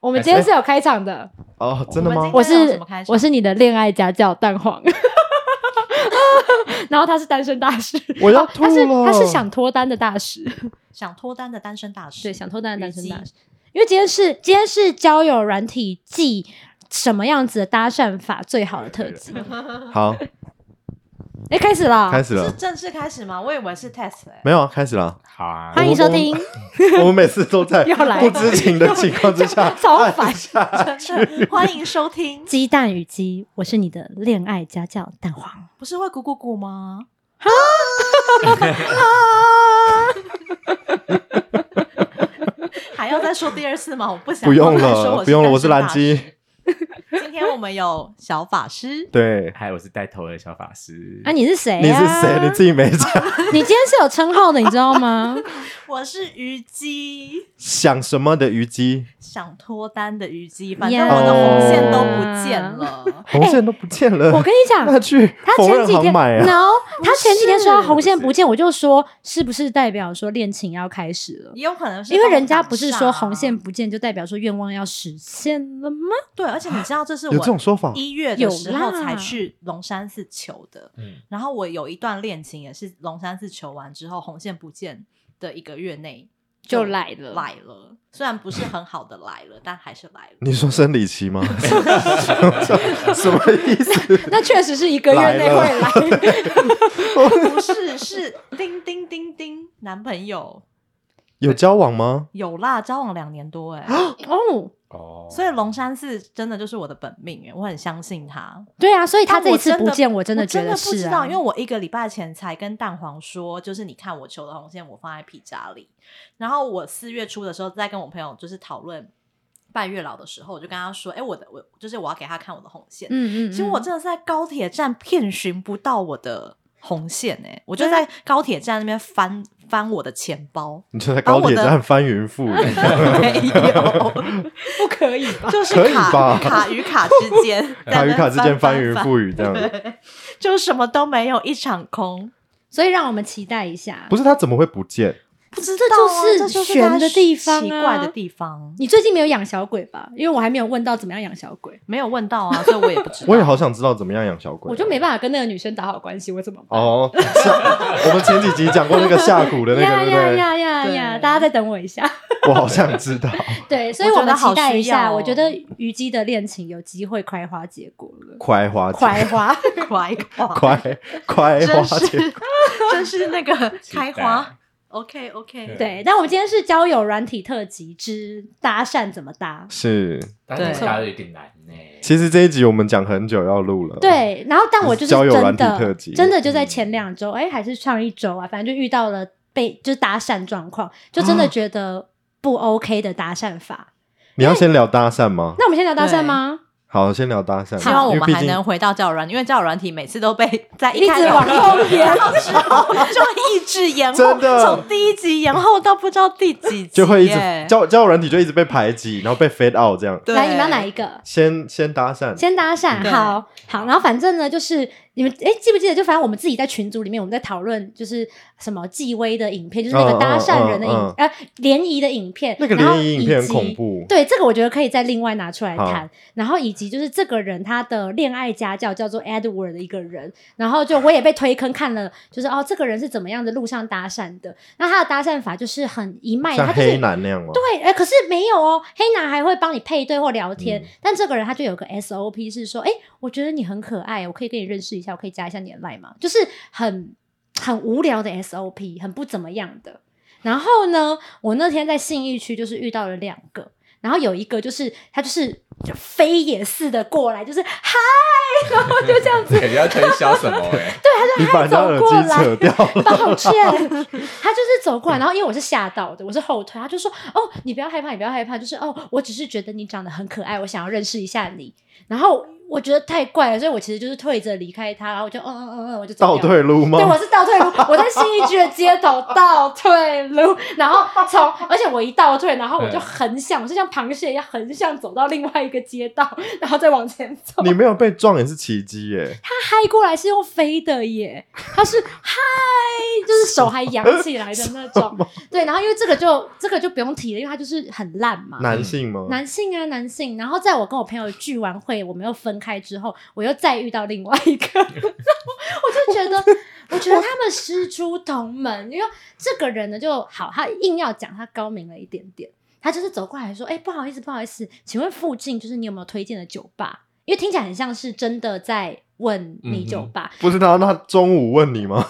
我们今天是有开场的，哦，真的我吗们？哎我那要是怎么开始我是你的恋爱家教蛋黄， 然后他是单身大师，我要哦他是吐了他是想脱单的大师，想脱单的单身大师，对，想脱单的单身大虞师，因为今天是今天是交友软体记什么样子的搭讪法最好的特辑， 好，哎，开始了，开始是了，正式开始吗？我以为是 test 哎、没有啊，开始了。好啊，欢迎收听，我们每次都在又来，不知情的情况之下超按烦下真的 欢迎收听，鸡蛋与鸡，我是你的恋爱家教蛋黄，不是会鼓鼓 鼓吗？还要再说第二次吗？我不 想。不用我再说了，不用了，我是蓝鸡。鸡。今天我们有小法师，对，嗨，我是带头的小法师。啊，你是谁啊？你是谁？你自己没讲，你今天是有称号的，你知道 吗？我是虞姬，想什么的虞姬，想脱单的虞姬，反正我的红线都不见了。红线都不见了。我跟你讲，那去他缝前纫几行天买啊， ，no，他前几天说他红线不是不见，我就说是不是代表说恋情要开始了？也有可能是因为人家不是说红线放不见就代表说愿望要实现了 吗？不上啊对，而且你知道这是有这种我说法？一月有的时候啦才去龙山寺求的，嗯，然后我有一段恋情也是龙山寺求完之后红线不见的一个月内就来了来了。虽然不是很好的来了，但还是来 了。你说生理期吗？ 什么意思？那确实是一个月内会来， 不是，是叮叮叮叮，男朋友有交往吗？有啦，交往两年多哎、哦，哦，所以龙山寺真的就是我的本命哎、我很相信他。对啊，所以他但这一我次真不的见，我真的我觉真得的不是知啊道，因为我一个礼拜前才跟蛋黄说，就是你看我求的红线，我放在皮夹里。然后我四月初的时候在跟我朋友就是讨论拜月老的时候，我就跟他说，哎、我的我就是我要给他看我的红线。嗯嗯，其实我嗯真的是在高铁站遍寻不到我的红线哎、我就啊在高铁站那边翻翻我的钱 包，你就在高铁站翻云覆雨，没有， 不可以吧？就是可以吧卡卡与卡之 间，他与卡之间翻云覆雨，雨这样。对，就什么都没有，一场空。 所以让我们期待一下不。是他怎么会不见？不知这道啊就是这就是悬它的地方奇啊怪的地方，你最近没有养小鬼吧？因为我还没有问到怎么样养小鬼，没有问到啊，所以我也不知道。我也好想知道怎么样养小鬼。啊我就没办法跟那个女生打好关系，我怎么办？ 哦，是我们前几集讲过那个下蛊哦的那呀个，对呀不呀呀对呀！大家再等我一下。对？我好想知 道，对，所以我我觉得们期好待需一下。要哦我觉得虞姬的恋情有机会开花结果了，快花姐，开花。 快快，快 快真花姐，是真是那个期待开花。OK OK，对，但我们今天是交友软体特辑之搭讪怎么搭。是。但对是大家有点难呢。其实这一集我们讲很久要录了，，对，然后但我就是交友真软体特的辑嗯真的就在前两周，哎，还是上一周啊，反正就遇到了被就是搭讪状况，就真哦的觉得不 OK 的搭讪法。你要先聊搭讪吗？那我们先聊搭讪吗？好，先聊搭讪。希望我因为们毕还竟能回到交友软体，因为交友软体每次都被在一开直始往后延，之后就一直延后，真的从第一集延后到不知道第几集，就会一直耶交交友软体就一直被排挤，然后被 fade out 这样。 对来，你们要哪一个？先先搭讪，先搭讪，对好好，然后反正呢，就是你们哎，记不记得？就反正我们自己在群组里面，我们在讨论就是什么纪薇的影片，就是那嗯个嗯搭讪人的影、嗯呃联谊的影片，那个然后联谊影片以很及恐。怖，对，这个我觉得可以再另外拿出来谈好。然后以及就是这个人他的恋爱家教叫做 Edward 的一个人，然后就我也被推坑看了，就是哦这个人是怎么样的路上搭讪的。那他的搭讪法就是很一脉，像他就是黑男那样吗？对，哎、可是没有哦，黑男还会帮你配对或聊天，嗯但这个人他就有个 SOP 是说，哎、我觉得你很可爱，我可以跟你认识一下，我可以加一下你的 line 吗？就是很很无聊的 SOP，很不怎么样的。然后呢，我那天在信义区就是遇到了两个，然后有一个就是他就是就飞也似的过来，就是嗨， 然后就这样子这个要推销什么？ 哎，你把人家耳机扯掉 了，抱 歉，他就是走过来，然后因为我是吓到的，我是后退，他就说：“哦，你不要害怕，你不要害怕，就是哦，我只是觉得你长得很可爱，我想要认识一下你。”然后我觉得太怪了，所以我其实就是退着离开他，然后我就嗯嗯嗯嗯，我就走倒掉。退路吗对，？我是倒退路，我在新一区的街头倒退路，然后从，而且我一倒退，然后我就横向，我是像螃蟹一样横向走到另外一个街道，然后再往前走。你没有被撞也是奇迹耶！嗨过来是用飞的耶，他是嗨，就是手还扬起来的那种。对，然后因为这个就这个就不用提了，因为它就是很烂嘛。男性吗？男性啊，男性。然后在我跟我朋友聚完会，我们又分开之后，我又再遇到另外一个， 我就觉得，我觉得他们师出同门。因为这个人呢，就好，他硬要讲他高明了一点点，他就是走过来说：“哎、不好意思，不好意思，请问附近就是你有没有推荐的酒吧？”因为听起来很像是真的在问你酒吧。不知道那中午问你吗？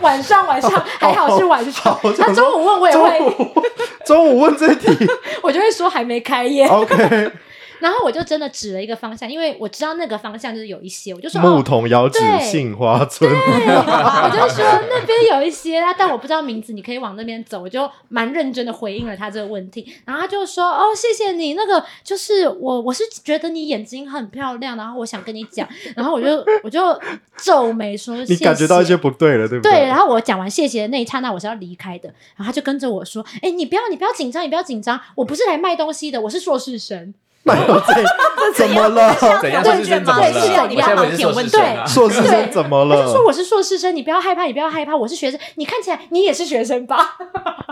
晚上， 晚上还好是晚上好我。想他中午问我也中会，午 中午问这题 我就会说还没开业。 ，OK，然后我就真的指了一个方向，因为我知道那个方向就是有一些，我就说牧哦童遥指对杏花村， 对，我就说那边有一些啊，但我不知道名字，你可以往那边走。我就蛮认真的回应了他这个问题，然后他就说：“哦，谢谢你，那个就是我，我是觉得你眼睛很漂亮，然后我想跟你讲，然后我就我就皱眉说：你谢谢感觉到一些不对了，对不对，然后我讲完谢谢的那一刹那，我是要离开的，然后他就跟着我说：“哎，你不要，你不要紧张，你不要紧张，我不是来卖东西的，我是硕士生。”那有这 怎么了？怎样对硕士对生怎么对了？是怎我现在样不是硕士生啊，硕士生怎么他就说了？我是硕士生，你不要害怕，你不要害怕，我是学生，你看起来你也是学生吧？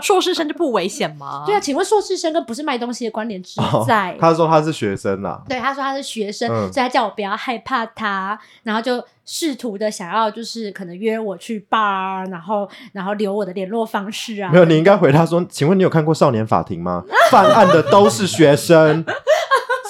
硕士生就不危险吗？对啊，，请问硕士生跟不是卖东西的关联 之在？哦他说他是学生啦，对，他说他是学生，所嗯以他叫我不要害怕他，然后就试图的想要就是可能约我去 bar，然后然后留我的联络方式啊没。有，你应该回答说，请问你有看过《少年法 庭》吗？犯案的都是学生，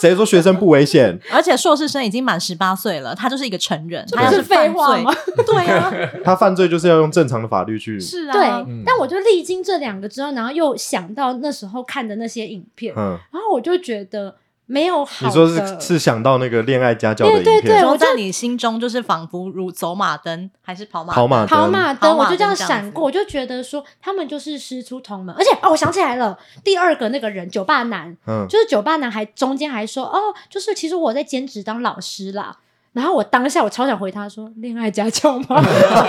谁说学生不危险？而且硕士生已经满十八岁了，他就是一个成人，这他要不是犯废话罪吗？对啊，他犯罪就是要用正常的法律去，是对啊，，嗯但我就历经这两个之后，然后又想到那时候看的那些影片，嗯，然后我就觉得没有好的。你说是是想到那个恋爱家教的影对对对片，我说就在你心中就是仿佛如走马灯还是跑马跑马跑灯，马灯，跑马我就这样灯这样闪子过，我就觉得说他们就是师出同门，而且哦，我想起来了，第二个那个人酒吧男，嗯，就是酒吧男还中间还说哦，就是其实我在兼职当老师啦。然后我当下我超想回他说恋爱家教吗？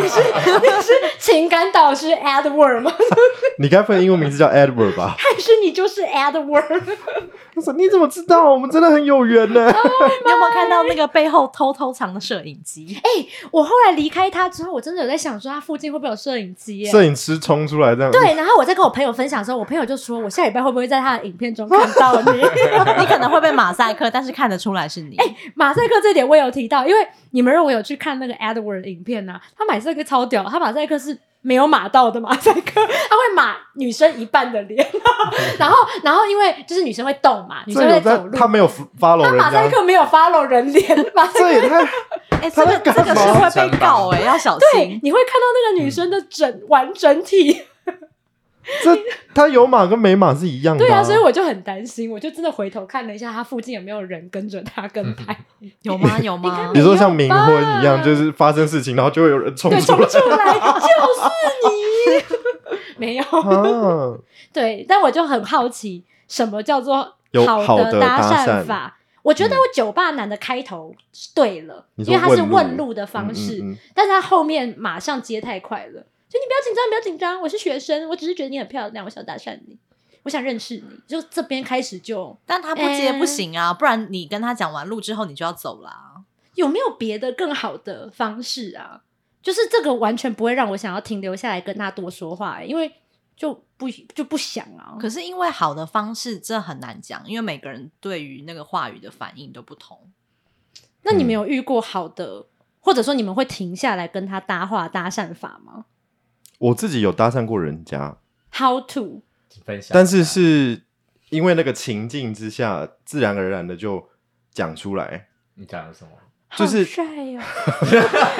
你是你是情感导师 Edward 吗？ 你该不会英文名字叫 Edward 吧？还是你就是 Edward？ 他说你怎么知道？我们真的很有缘呢。你有没有看到那个背后偷偷藏的摄影机？我后来离开他之后，我真的有在想说他附近会不会有摄影机、耶摄影师冲出来这样，对，然后我在跟我朋友分享的时候，我朋友就说我下礼拜会不会在他的影片中看到你？ 你可能会被马赛克，但是看得出来是你。马赛克这点我有提到，因为你们如果有去看那个 Edward 的影片呢、他马赛克超屌，他马赛克是没有码到的马赛克，他会码女生一半的脸， 然后然后因为就是女生会动嘛，女生这有会在走路，他没有 follow 他人马赛 家，克没有 follow 人脸，马赛 这 也太哎、这他个在这干个嘛是会被告哎、要小对心。，你会看到那个女生的整、完整体，这他有码跟没码是一样的。 对啊，所以我就很担心，我就真的回头看了一下他附近有没有人跟着他跟拍，嗯有吗？有吗你你看？说像冥婚一没有吧样，就是发生事情，然后就会有人冲对，出冲来出来就是你， 没有。 啊。 对，但我就很好奇，什么叫做有好的的搭搭讪嗯法？我觉得我酒吧男的开头是对了，你因为说他是问路问路的方式，嗯嗯嗯但是他后面马上接太快了，就你不要紧张，不要紧张，我是学生，我只是觉得你很漂亮，我想搭讪你，我想认识你，就这边开始就但他不接不行啊，不然你跟他讲完路之后，你就要走啦。有没有别的更好的方式啊？就是这个完全不会让我想要停留下来跟他多说话、欸因为就不就不想啊。可是因为好的方式，这很难讲，因为每个人对于那个话语的反应都不同。那嗯你们有遇过好的，或者说你们会停下来跟他搭话搭讪法吗我自己有搭讪过人家， ？How to？请分享。但是是因为那个情境之下，自然而然的就讲出来，你讲了什么？就是好帅哦，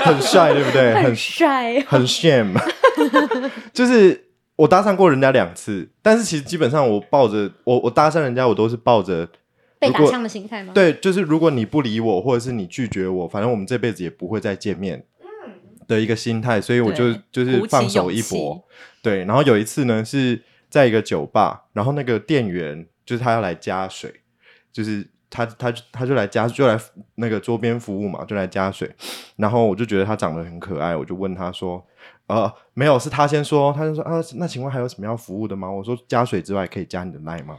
很帅，对不 对？很很帅哦，很 shame，就是我搭讪过人家两次，但是其实基本上我抱着我我搭讪人家，我都是抱着被如打果枪的心态吗？，对，就是如果你不理我，或者是你拒绝我，反正我们这辈子也不会再见面的一个心态，所以我就嗯对就是鼓起放手勇一气搏。对，然后有一次呢是在一个酒吧，然后那个店员就是他要来加水，就是他他他就来加就来那个桌边服务嘛，就来加水。然后我就觉得他长得很可爱，我就问他说：“呃，没有，是他先说，他就说啊，那请问还有什么要服务的吗？”我说：“加水之外，可以加你的 line 吗？”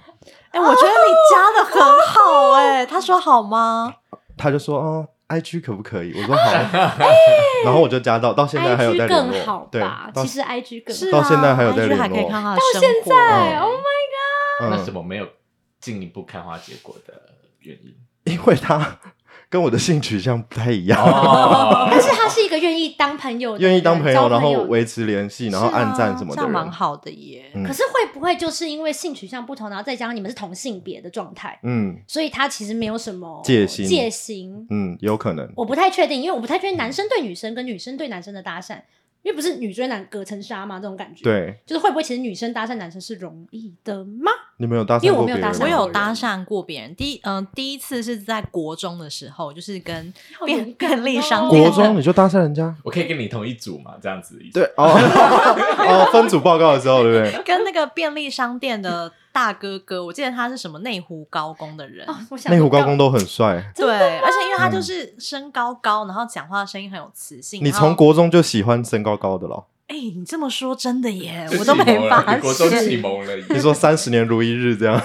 哎、我觉得你加的很好哎、他说好吗？他就说：“哦， IG 可不可以？我说好，啊 然后我就加到，到现在还有在 IG 联更络好，对吧，？到其实 IG 更好是到啊现在还有在 IG 联还可以络看他的到生现哦活在嗯，Oh my，那什嗯，么没有进一步开花结果的原因？因为他跟我的性取向不太一 样，哦，但是他是一个愿意当朋友的人，嗯愿意当朋交友，然后友的维持联系，然后是啊暗赞什么这的样蛮人，好的耶。嗯可是会不会就是因为性取向不同，然后再加上你们是同性别的状态，嗯所以他其实没有什么戒心戒心，嗯，有可能，我不太确定，因为我不太确定男生对女生跟女生对男生的搭讪，因为不是女追男隔层纱吗？这种感觉，，对，就是会不会其实女生搭讪男生是容易的吗？你们有搭因为讪我过没有别人搭吗？讪我有人搭讪过别人，第一嗯、第一次是在国中的时候，就是 跟好便勇敢便利哦商店国的中你就搭讪人家， 我可以跟你同一组嘛？这样子的意思对， 哦哦，分组报告的时候，对不对？跟那个便利商店的大哥哥，我记得他是什么内湖高工的人。哦，我 想内湖不到高工都很帅，对，而且因为他就是身高高，然后讲话声音很有磁性。嗯你然后从国中就喜欢身高高的了。哎、你这么说真的耶，就我都启蒙没了发现。你国中启蒙了，你说三十年如一日这 样，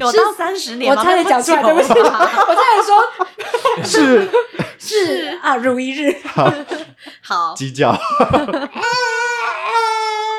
有到三十年我吗，差点讲出来，对不起，啊 我差点说是 是啊，如一日，好，鸡叫，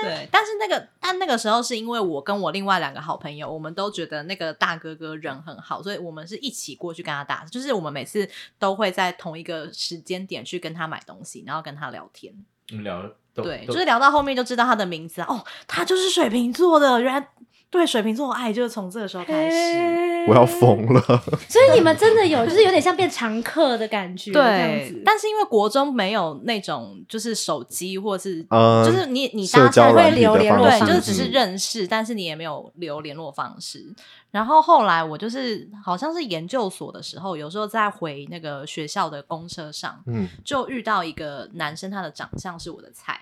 对，但是那个，但那个时候是因为我跟我另外两个好朋友，我们都觉得那个大哥哥人很好，所以我们是一起过去跟他打，就是我们每次都会在同一个时间点去跟他买东西，然后跟他聊天。你们聊都对，都就是聊到后面就知道他的名字啊哦，他就是水瓶座的，原来对水瓶座的爱就是从这个时候开始。 我要。疯了。所以你们真的有，就是有点像变常客的感觉，这样对子，。但是因为国中没有那种就是手机或是、嗯就是你你社搭交讪软啊会体的会留方联络式，对，嗯方就式是只是认识，但是你也没有留联络方式。然后后来我就是好像是研究所的时候，有时候在回那个学校的公车上，嗯，就遇到一个男生，他的长相是我的菜，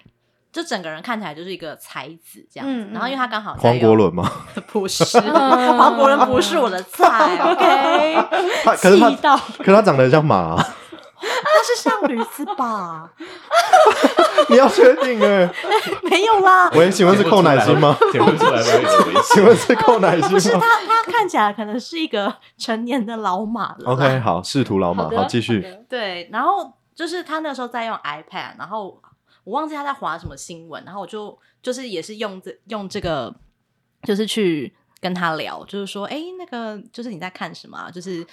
就整个人看起来就是一个才子这样子。嗯嗯然后因为他刚好在黄国用伦 嘛，不是，黄国伦不是我的 菜 ，OK？ 他可是他气，到可是他长得很像马，啊他是像驴子吧？ 你要确定哎？ 没有啦，喂，请问是寇乃馨吗？？结婚出来会有 危请险。问 是寇乃不是馨吗他，他看起来可能是一个成年的老马了啦。 ？OK，好，仕途老马，的好，继好续。的对，然后就是他那时候在用 iPad，然后我忘记他在划什么新闻，然后我就就是也是用这用这个，就是去跟他聊，就是说，哎，那个就是你在看什么啊、就是。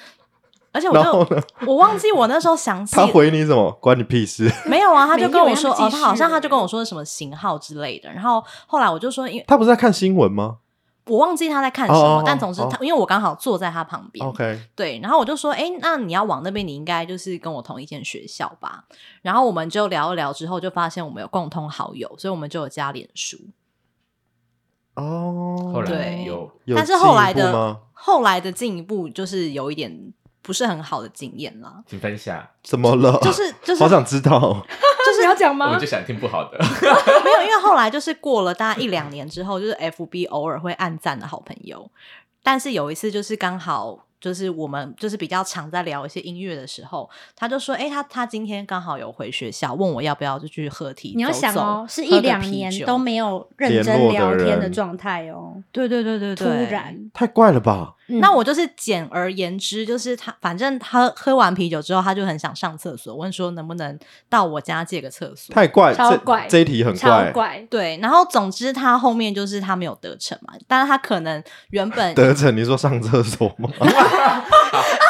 而且我然后就呢，我忘记我那时候详细他回你什么？关你屁 事？没有啊，他就跟我说没有哦，要继他续好像他就跟我说是什么型号之类的，然后后来我就说，因为他不是在看新闻吗我忘记他在看什么，哦哦哦哦但总之他、因为我刚好坐在他旁边？OK，对，然后我就说，哎，那你要往那边，你应该就是跟我同一间学校吧。然后我们就聊一聊之后，就发现我们有共同好友，所以我们就有加脸书。哦，后来对有有但是后来进一步的吗？后来的进一步就是有一点不是很好的经验啦，请分享，怎么了？就是就是啊好想知道。就是要讲我吗就？想听不好 的。没有，因为后来就是过了大概一两年之后，就是 FB 偶尔会暗赞的好朋友，但是有一次就是刚好。就是我们就是比较常在聊一些音乐的时候，他就说：“哎、他他今天刚好有回学校，问我要不要就去合体你要走想走哦，是喝一个两啤年酒都没有认真联络聊的天的人状态哦，对对对对对，突。然。太怪了吧？嗯那我就是简而言之，就是他，反正他喝完啤酒之后，他就很想上厕所，问说能不能到我家借个厕所。太怪，超这怪这一题很超怪，怪，对，然后总之他后面就是他没有得逞嘛，但是他可能原本德成，你说上厕所吗？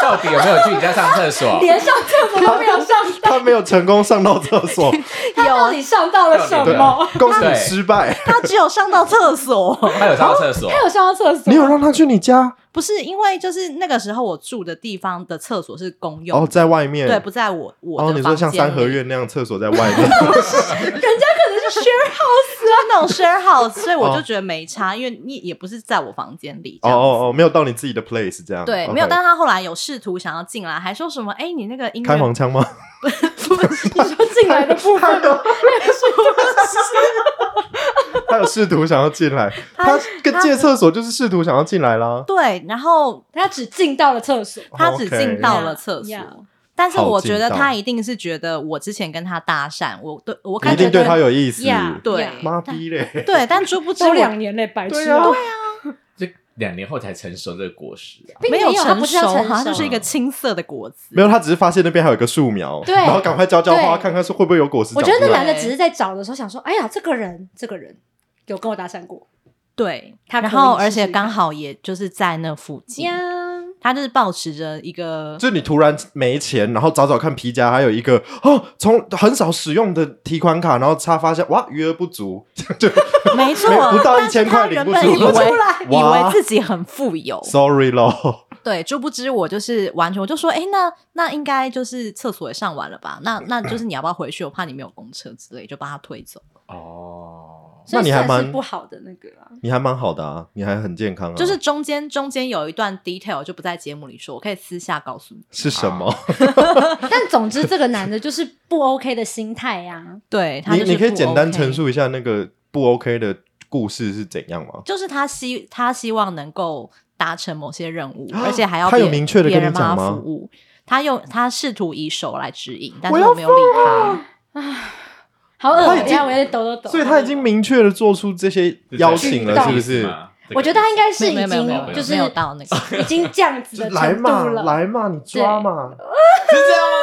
到底有没有去你家上厕所？连上厕所都没有上到，他没有成功上到厕 所，他到底上到了什对么？恭喜对失败。他只有上到厕所，他有上到厕所他，有上到厕所，你有让他去你家？ 不是因为就是那个时候我住的地方的厕所是公用哦，的，在外面。对，不在我我哦，的你说房间像三合里院那样，厕所在外 面。就是那种 share house，所以我哦就觉得没差，因为你也不是在我房间里。哦哦哦，没有到你自己的 place 这样。对 OK 没有。但是他后来有试图想要进来，还说什么：“哎、你那个音乐开黄哦腔吗？ 你说进来的部分吗，他有试图想要进来，他跟借厕所就是试图想要进来啦。对，然后他只进到了厕所，他只进到了 Yeah，厕所。 yeah 但是好我劲觉得道他一定是觉得我之前跟他搭讪，我对我你一感觉定对他有意思。 Yeah，对 yeah 妈逼嘞！对，但殊不知都我两年嘞，白痴对啊哦，就两年后才成熟这个果实啊。并没有它它不不是要成它就熟是一个青色的果子。没有，他只是发现那边还有一个树苗，对然后赶快浇浇花，对看看是会不会有果实我长出觉来。得那男的对只是在找的时候想说，哎呀，这个人，这个人有跟我搭讪过对，它然可以后试而且试看刚好也就是在那附近，呀。他就是保持着一个就你突然没钱，然后找找看皮夹，还有一个哦，从很少使用的提款卡，然后他发现哇，余额不足， 就没错没，不到但是1000块他领原不本出以为 来以为哇，自己很富有 sorry 咯。对，殊不知我就是完全，我就说，哎，那那应该就是厕所也上完了吧？那那就是你要不要回去？我怕你没有公车之类，就把他推走。哦，所以那你还算是蛮不好的那个 啊，你还蛮好的啊，你还很健康啊。就是中间中间有一段 detail 就不在节目里说，我可以私下告诉你。是什么？啊但总之这个男的就是不 OK 的心态啊呀、对，他你就是你可以不简单 OK 陈，述一下那个不 OK 的故事是怎样吗？就是他希他希望能够达成某些任务，而且还要啊他有别明确地别跟人你讲帮他吗服务。他用他试图以手来指引，但我是要啊我没有理他。好恶他心，等已一啊经下我也抖啊抖抖。所以他已经明确的做出这些邀请了，是不是？我觉得他应该是没已有没有没有没有经就是没有到那个，已经这样子的 来程度嘛，了，来嘛，你抓嘛！是这样吗？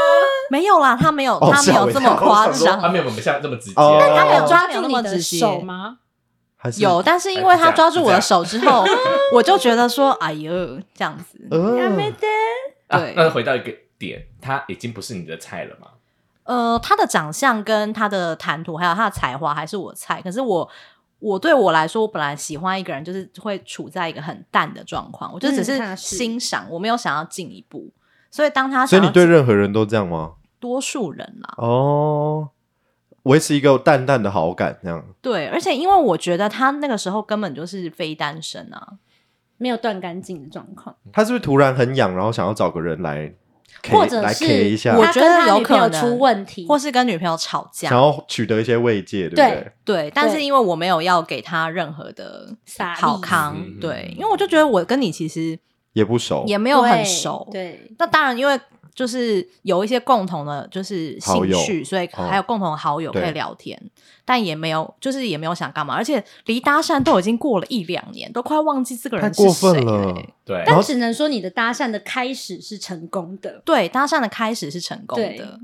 没有啦，他没有哦他没吓我有一这跳么我夸想说张他，没有我们像这么直接，哦但他没有抓没有住那你么的直接手吗？还是有，但是因为他抓住我的手之后，我就觉得说，哎呦，这样子，呃，啊对那回到一个点，他已经不是你的菜了嘛？呃，他的长相跟他的谈吐，还有他的才华，还是我菜。可是我，我对我来说，我本来喜欢一个人，就是会处在一个很淡的状况，我就只嗯那是是欣赏，我没有想要进一步。所以当他所以想你要对任何人都这样吗？多数人啦，哦，维持一个淡淡的好感，这样对，而且因为我觉得他那个时候根本就是非单身啊，没有断干净的状况，他是不是突然很痒，然后想要找个人来 K 或者来是 K 一下，我他觉跟得他有女朋可友能出问题，或是跟女朋友吵架想，要取得一些慰藉，对不对？对，但是对因为我没有要给他任何的撒好力康嗯，对，因为我就觉得我跟你其实也不熟，也没没有很熟，。对，那当然，因为就是有一些共同的，就是兴好趣，友所以哦还有共同好友对可以聊天，但也没有，就是也没有想干嘛，而且离搭讪都已经过了一两年，都快忘记这个太人是过谁欸分了。对，然但后只能说你的搭讪的开始是成功的，对，搭讪的开始是成功对的，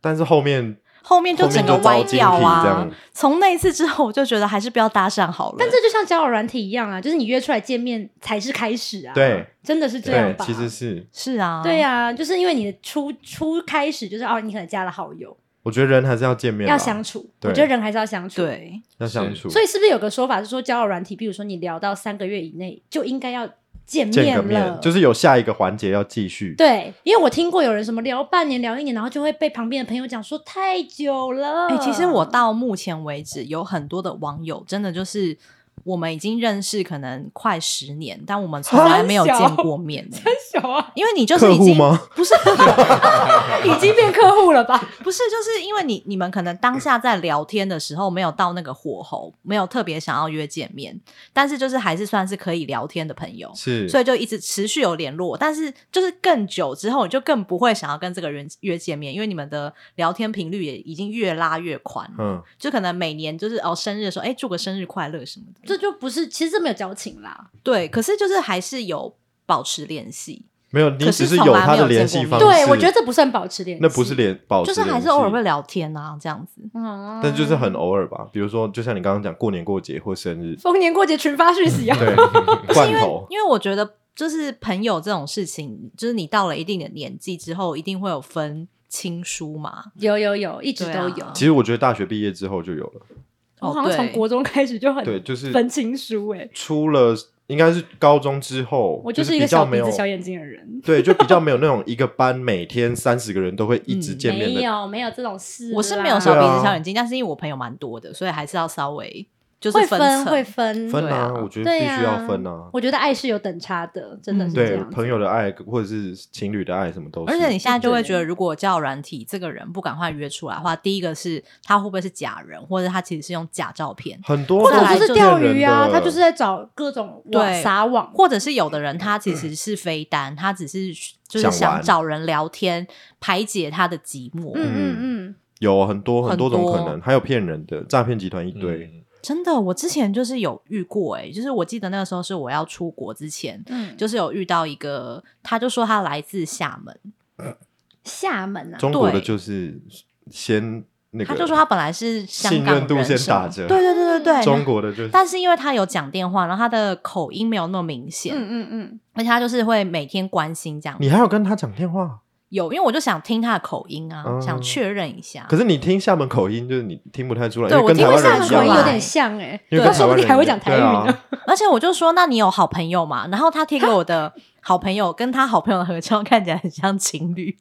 但是后面后面就后面整个就歪糟精掉辟这啊样。 从那一次之后，我就觉得还是不要搭讪好了。但这就像交友软体一样啊，就是你约出来见面才是开始啊，对，真的是这样对，吧？其实是是啊，对啊，就是因为你的初初开始就是哦，你可能加了好友，我觉得人还是要见面啦，要相处，我对觉得人还是要相处，。对，要相处，所以是不是有个说法是说交友软体，比如说你聊到三个月以内就应该要见见面个了，面，就是有下一个环节要继续。对，因为我听过有人什么聊半年、聊一年，然后就会被旁边的朋友讲说太久了。哎、其实 我到目前为止有很多的网友，真的就是我们已经认识可能快十年，但我们从来没有见过面、欸小啊，因为你就是客已户经吗？不是 已经变客户了吧？ 不是，就是因为你你们可能当下在聊天的时候没有到那个火候，没有特别想要约见面，但是就是还是算是可以聊天的朋友，是，所以就一直持续有联络。但是就是更久之后，你就更不会想要跟这个人约见面，因为你们的聊天频率也已经越拉越宽了。嗯，就可能每年就是哦生日的时候，哎、祝个生日快乐什么的。这就不是，其实这没有交情啦。对，可是就是还是有保持联系，没有，你可只是从有来没他有的联见系过方式，面对，我觉得这不算保持联系，哦那不是联保持就联系，是还是偶尔会聊天啊，这样子。嗯，但就是很偶尔吧。比如说，就像你刚刚讲，过年过节或生日，逢年过节群发讯息啊。对，罐头因为我觉得就是朋友这种事情，就是你到了一定的年纪之后，一定会有分亲疏嘛。 有有有，一直对都啊有。其实我觉得大学毕业之后就有了，我哦好像从对国中开始就很对，就是分清书哎，出了应该是高中之后，我就就是一比个较小鼻没有子小眼睛的人。对，就比较没有那种一个班每天三十个人都会一直嗯见面没的。有没有这种事啦，我是没有小鼻对啊子小眼睛，但是因为我朋友蛮多的，所以还是要稍微就是会分分层会分啊分对啊我觉得对必呀，须要分啊。我觉得爱是有等差的，真的嗯是这对样子。朋友的爱或者是情侣的爱，什么都是。而且你现在就会对觉得，如果叫软体这个人不赶快约出来的话，第一个是他会不会是假人，或者他其实是用假照片，很多或者再来就是就钓骗人鱼啊，的他就是在找各种网对撒网，或者是有的人他其实是飞单，他只是就是想想玩找人聊天，排解他的寂寞。嗯嗯嗯，有很多很很多种多可能，还有骗人的诈骗集团一嗯堆。真的，我之前就是有遇过、欸，哎，就是我记得那个时候是我要出国之前，嗯，就就是有遇到一个，他就说他来自厦门，厦门啊，中国的对就是先那个，他就说他本来是香信港任人度先什么打折，对对对对对， 中国的就是但是因为他有讲电话，然后他的口音没有那么明显，嗯嗯嗯，而且他就是会每天关心这样。你还有跟他讲电啊话，有，因为我就想听他的口音啊，嗯想确认一下。可是你听厦门口音，就是你听不太出来，对因为跟我听台湾不厦人门一口样音有啊，点像哎、因对，为跟说台不湾定人还会一讲样台语对呢啊。而且我就说，那你有好朋友吗？然后他贴给我的好朋友跟他好朋友的合照看起来很像情侣，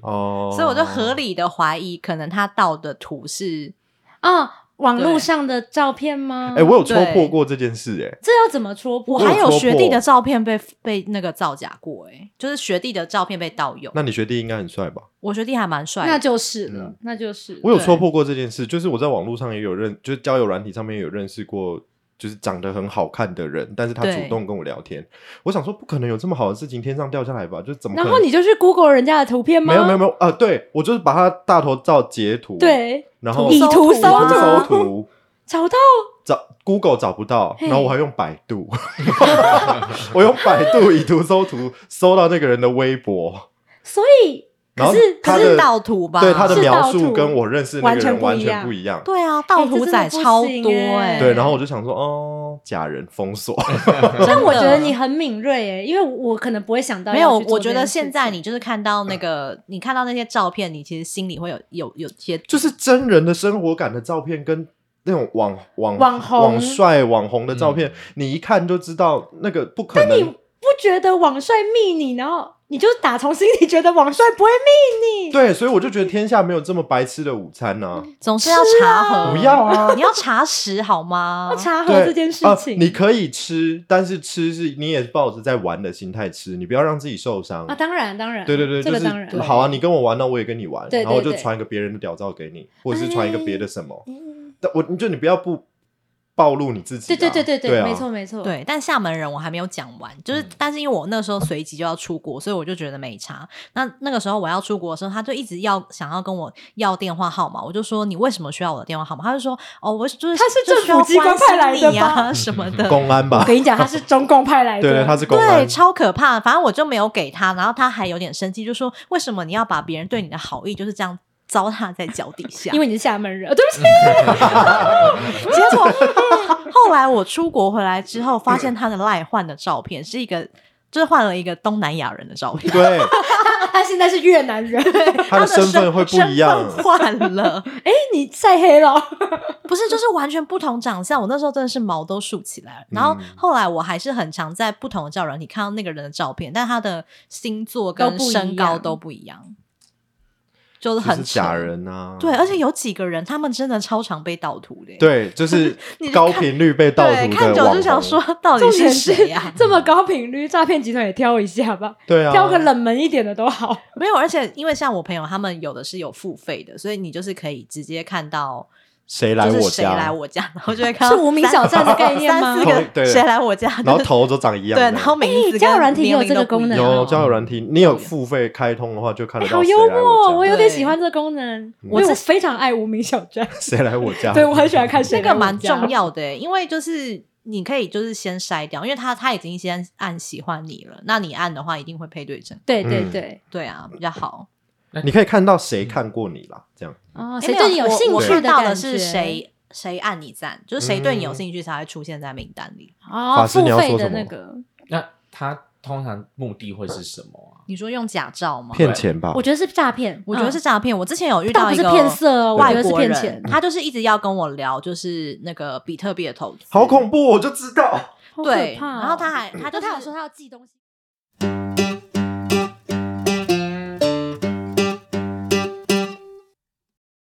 哦， 所以我就合理的怀疑，可能他盗的图是啊、网络对上的照片吗？哎、我有戳破对过这件事、哎，这要怎么戳破？我有还有戳学弟破的照片被被那个造假过、欸，就是学弟的照片被盗用。那你学弟应该很帅吧？我学弟还蛮帅的，那就是了，嗯那就是我有戳对破过这件事，就是我在网络上也有认，就是交友软体上面也有认识过，就是长得很好看的人，但是他对主动跟我聊天，我想说不可能有这么好的事情天上掉下来吧？就怎么可然能？后你就去 Google 人家的图片吗？没有没有没有啊、对我就是把他大头照截图，，对，然后以搜图图搜啊图搜图，图。找到找 Google 找不到，嘿然后我还用百度， 我用百度以图搜图搜到那个人的微博，所以然后可是他可的是盗图吧？对他的是描盗述图跟我认识那个人完完全不一全样不一样。对啊，盗哎图这真的仔不超行多哎哎、对，然后我就想说，哦，假人封锁， 但我觉得真的你很敏锐诶、因为我可能不会想到没有，要去做我这觉得件事情现在你就是看到那个，你看到那些照片，你其实心里会有有有些就是真人的生活感的照片跟那种网网网红网帅网红的照片，你一看就知道那个不可能。不觉得网帅密你，然后你就打从心里觉得网帅不会密你，对，所以我就觉得天下没有这么白痴的午餐呢、总是要查核，嗯不要 啊你要查实好吗要？查核对这件事啊情。你可以吃，但是吃是你也抱着在玩的心态吃，你不要让自己受伤。啊，当然当然，对对对，这个当就然是好啊，你跟我玩，那我也跟你玩，对对然后我就对哎传一个别人的屌照给你，或者是传一个别的什么，嗯但我就你不要不暴露你自对己、啊。对对对对，对，啊、没错。没错，嗯对，但厦门人我还没有讲完，就是，但是因为我那时候随即就要出国，所以我就觉得没差。那那个时候我要出国的时候，他就一直要想要跟我要电话号码，我就说你为什么需要我的电话号码？他就说哦，我就是他是就政需要府机关关心派来的你吧啊 什么嗯的，公安我吧，跟你讲，他是中共派来的，对对，他是公安对，。超可怕。反正我就没有给他，然后他还有点生气，就说为什么你要把别人对你的好意就是这样糟蹋在脚底下？因为为你是厦门人，呃对不起， 结果后来我出国回来之后，发现他的赖换的照片是一个。就是换了一个东南亚人的照片，对，他现在是越南 人，他的身份会不一样身份换了，哎，你晒黑了， 不是就是完全不同长相。我那时候真的是毛都竖起来了。然后嗯后来我还是很常在不同的教软体看到那个人的照片，但他的星都座跟不一身高样都不一样，就是就很是假扯人啊。对，而且有几个人，他们真的超常被盗图的耶。对，就是你就高看频率被盗对，图看的久网就想红。说， 到底重点谁啊呀、这么高频率，诈骗集团也挑一下吧，对啊，挑个冷门一点的都好。没有，而且因为像我朋友他们有的是有付费的，所以你就是可以直接看到，谁来就是我谁来家，我家，然后就会看是到无名三小站的概念吗三 四同一对个谁来我家，然后就是头都长一样对，的。然后名哎字跟交友软体也有年龄这个都不功一能样有哦交友软体，你有付费开通的话，就看哎得好到谁啊幽来默，我家，有点对喜欢这个功能，嗯我是非常爱无名小站， 谁来我家。对我很喜欢看谁这来个我蛮家重要的耶，因为就是你可以就是先筛掉，因为他他已经先按喜欢你了，那你按的话一定会配对成，对对嗯对，对啊，比较好。你可以看到谁看过你啦，这样。哦，诶谁哎没对你有我兴我趣看到感的觉是？谁谁按你赞，就是谁对你嗯有兴趣才会出现在名单里。哦，法师付你要费说的什么那个，那他通常目的会是什么啊？你说用假照吗？骗钱吧我，觉得是诈骗，我觉得嗯是诈骗。我之前有遇倒到不一是个骗色哦，我觉外得是国骗人，钱，他就是一直要跟我聊，就是那个比特币的投资，好恐怖，我就知道。好可对，怕哦然后他还他他就就他有是说他要寄东西。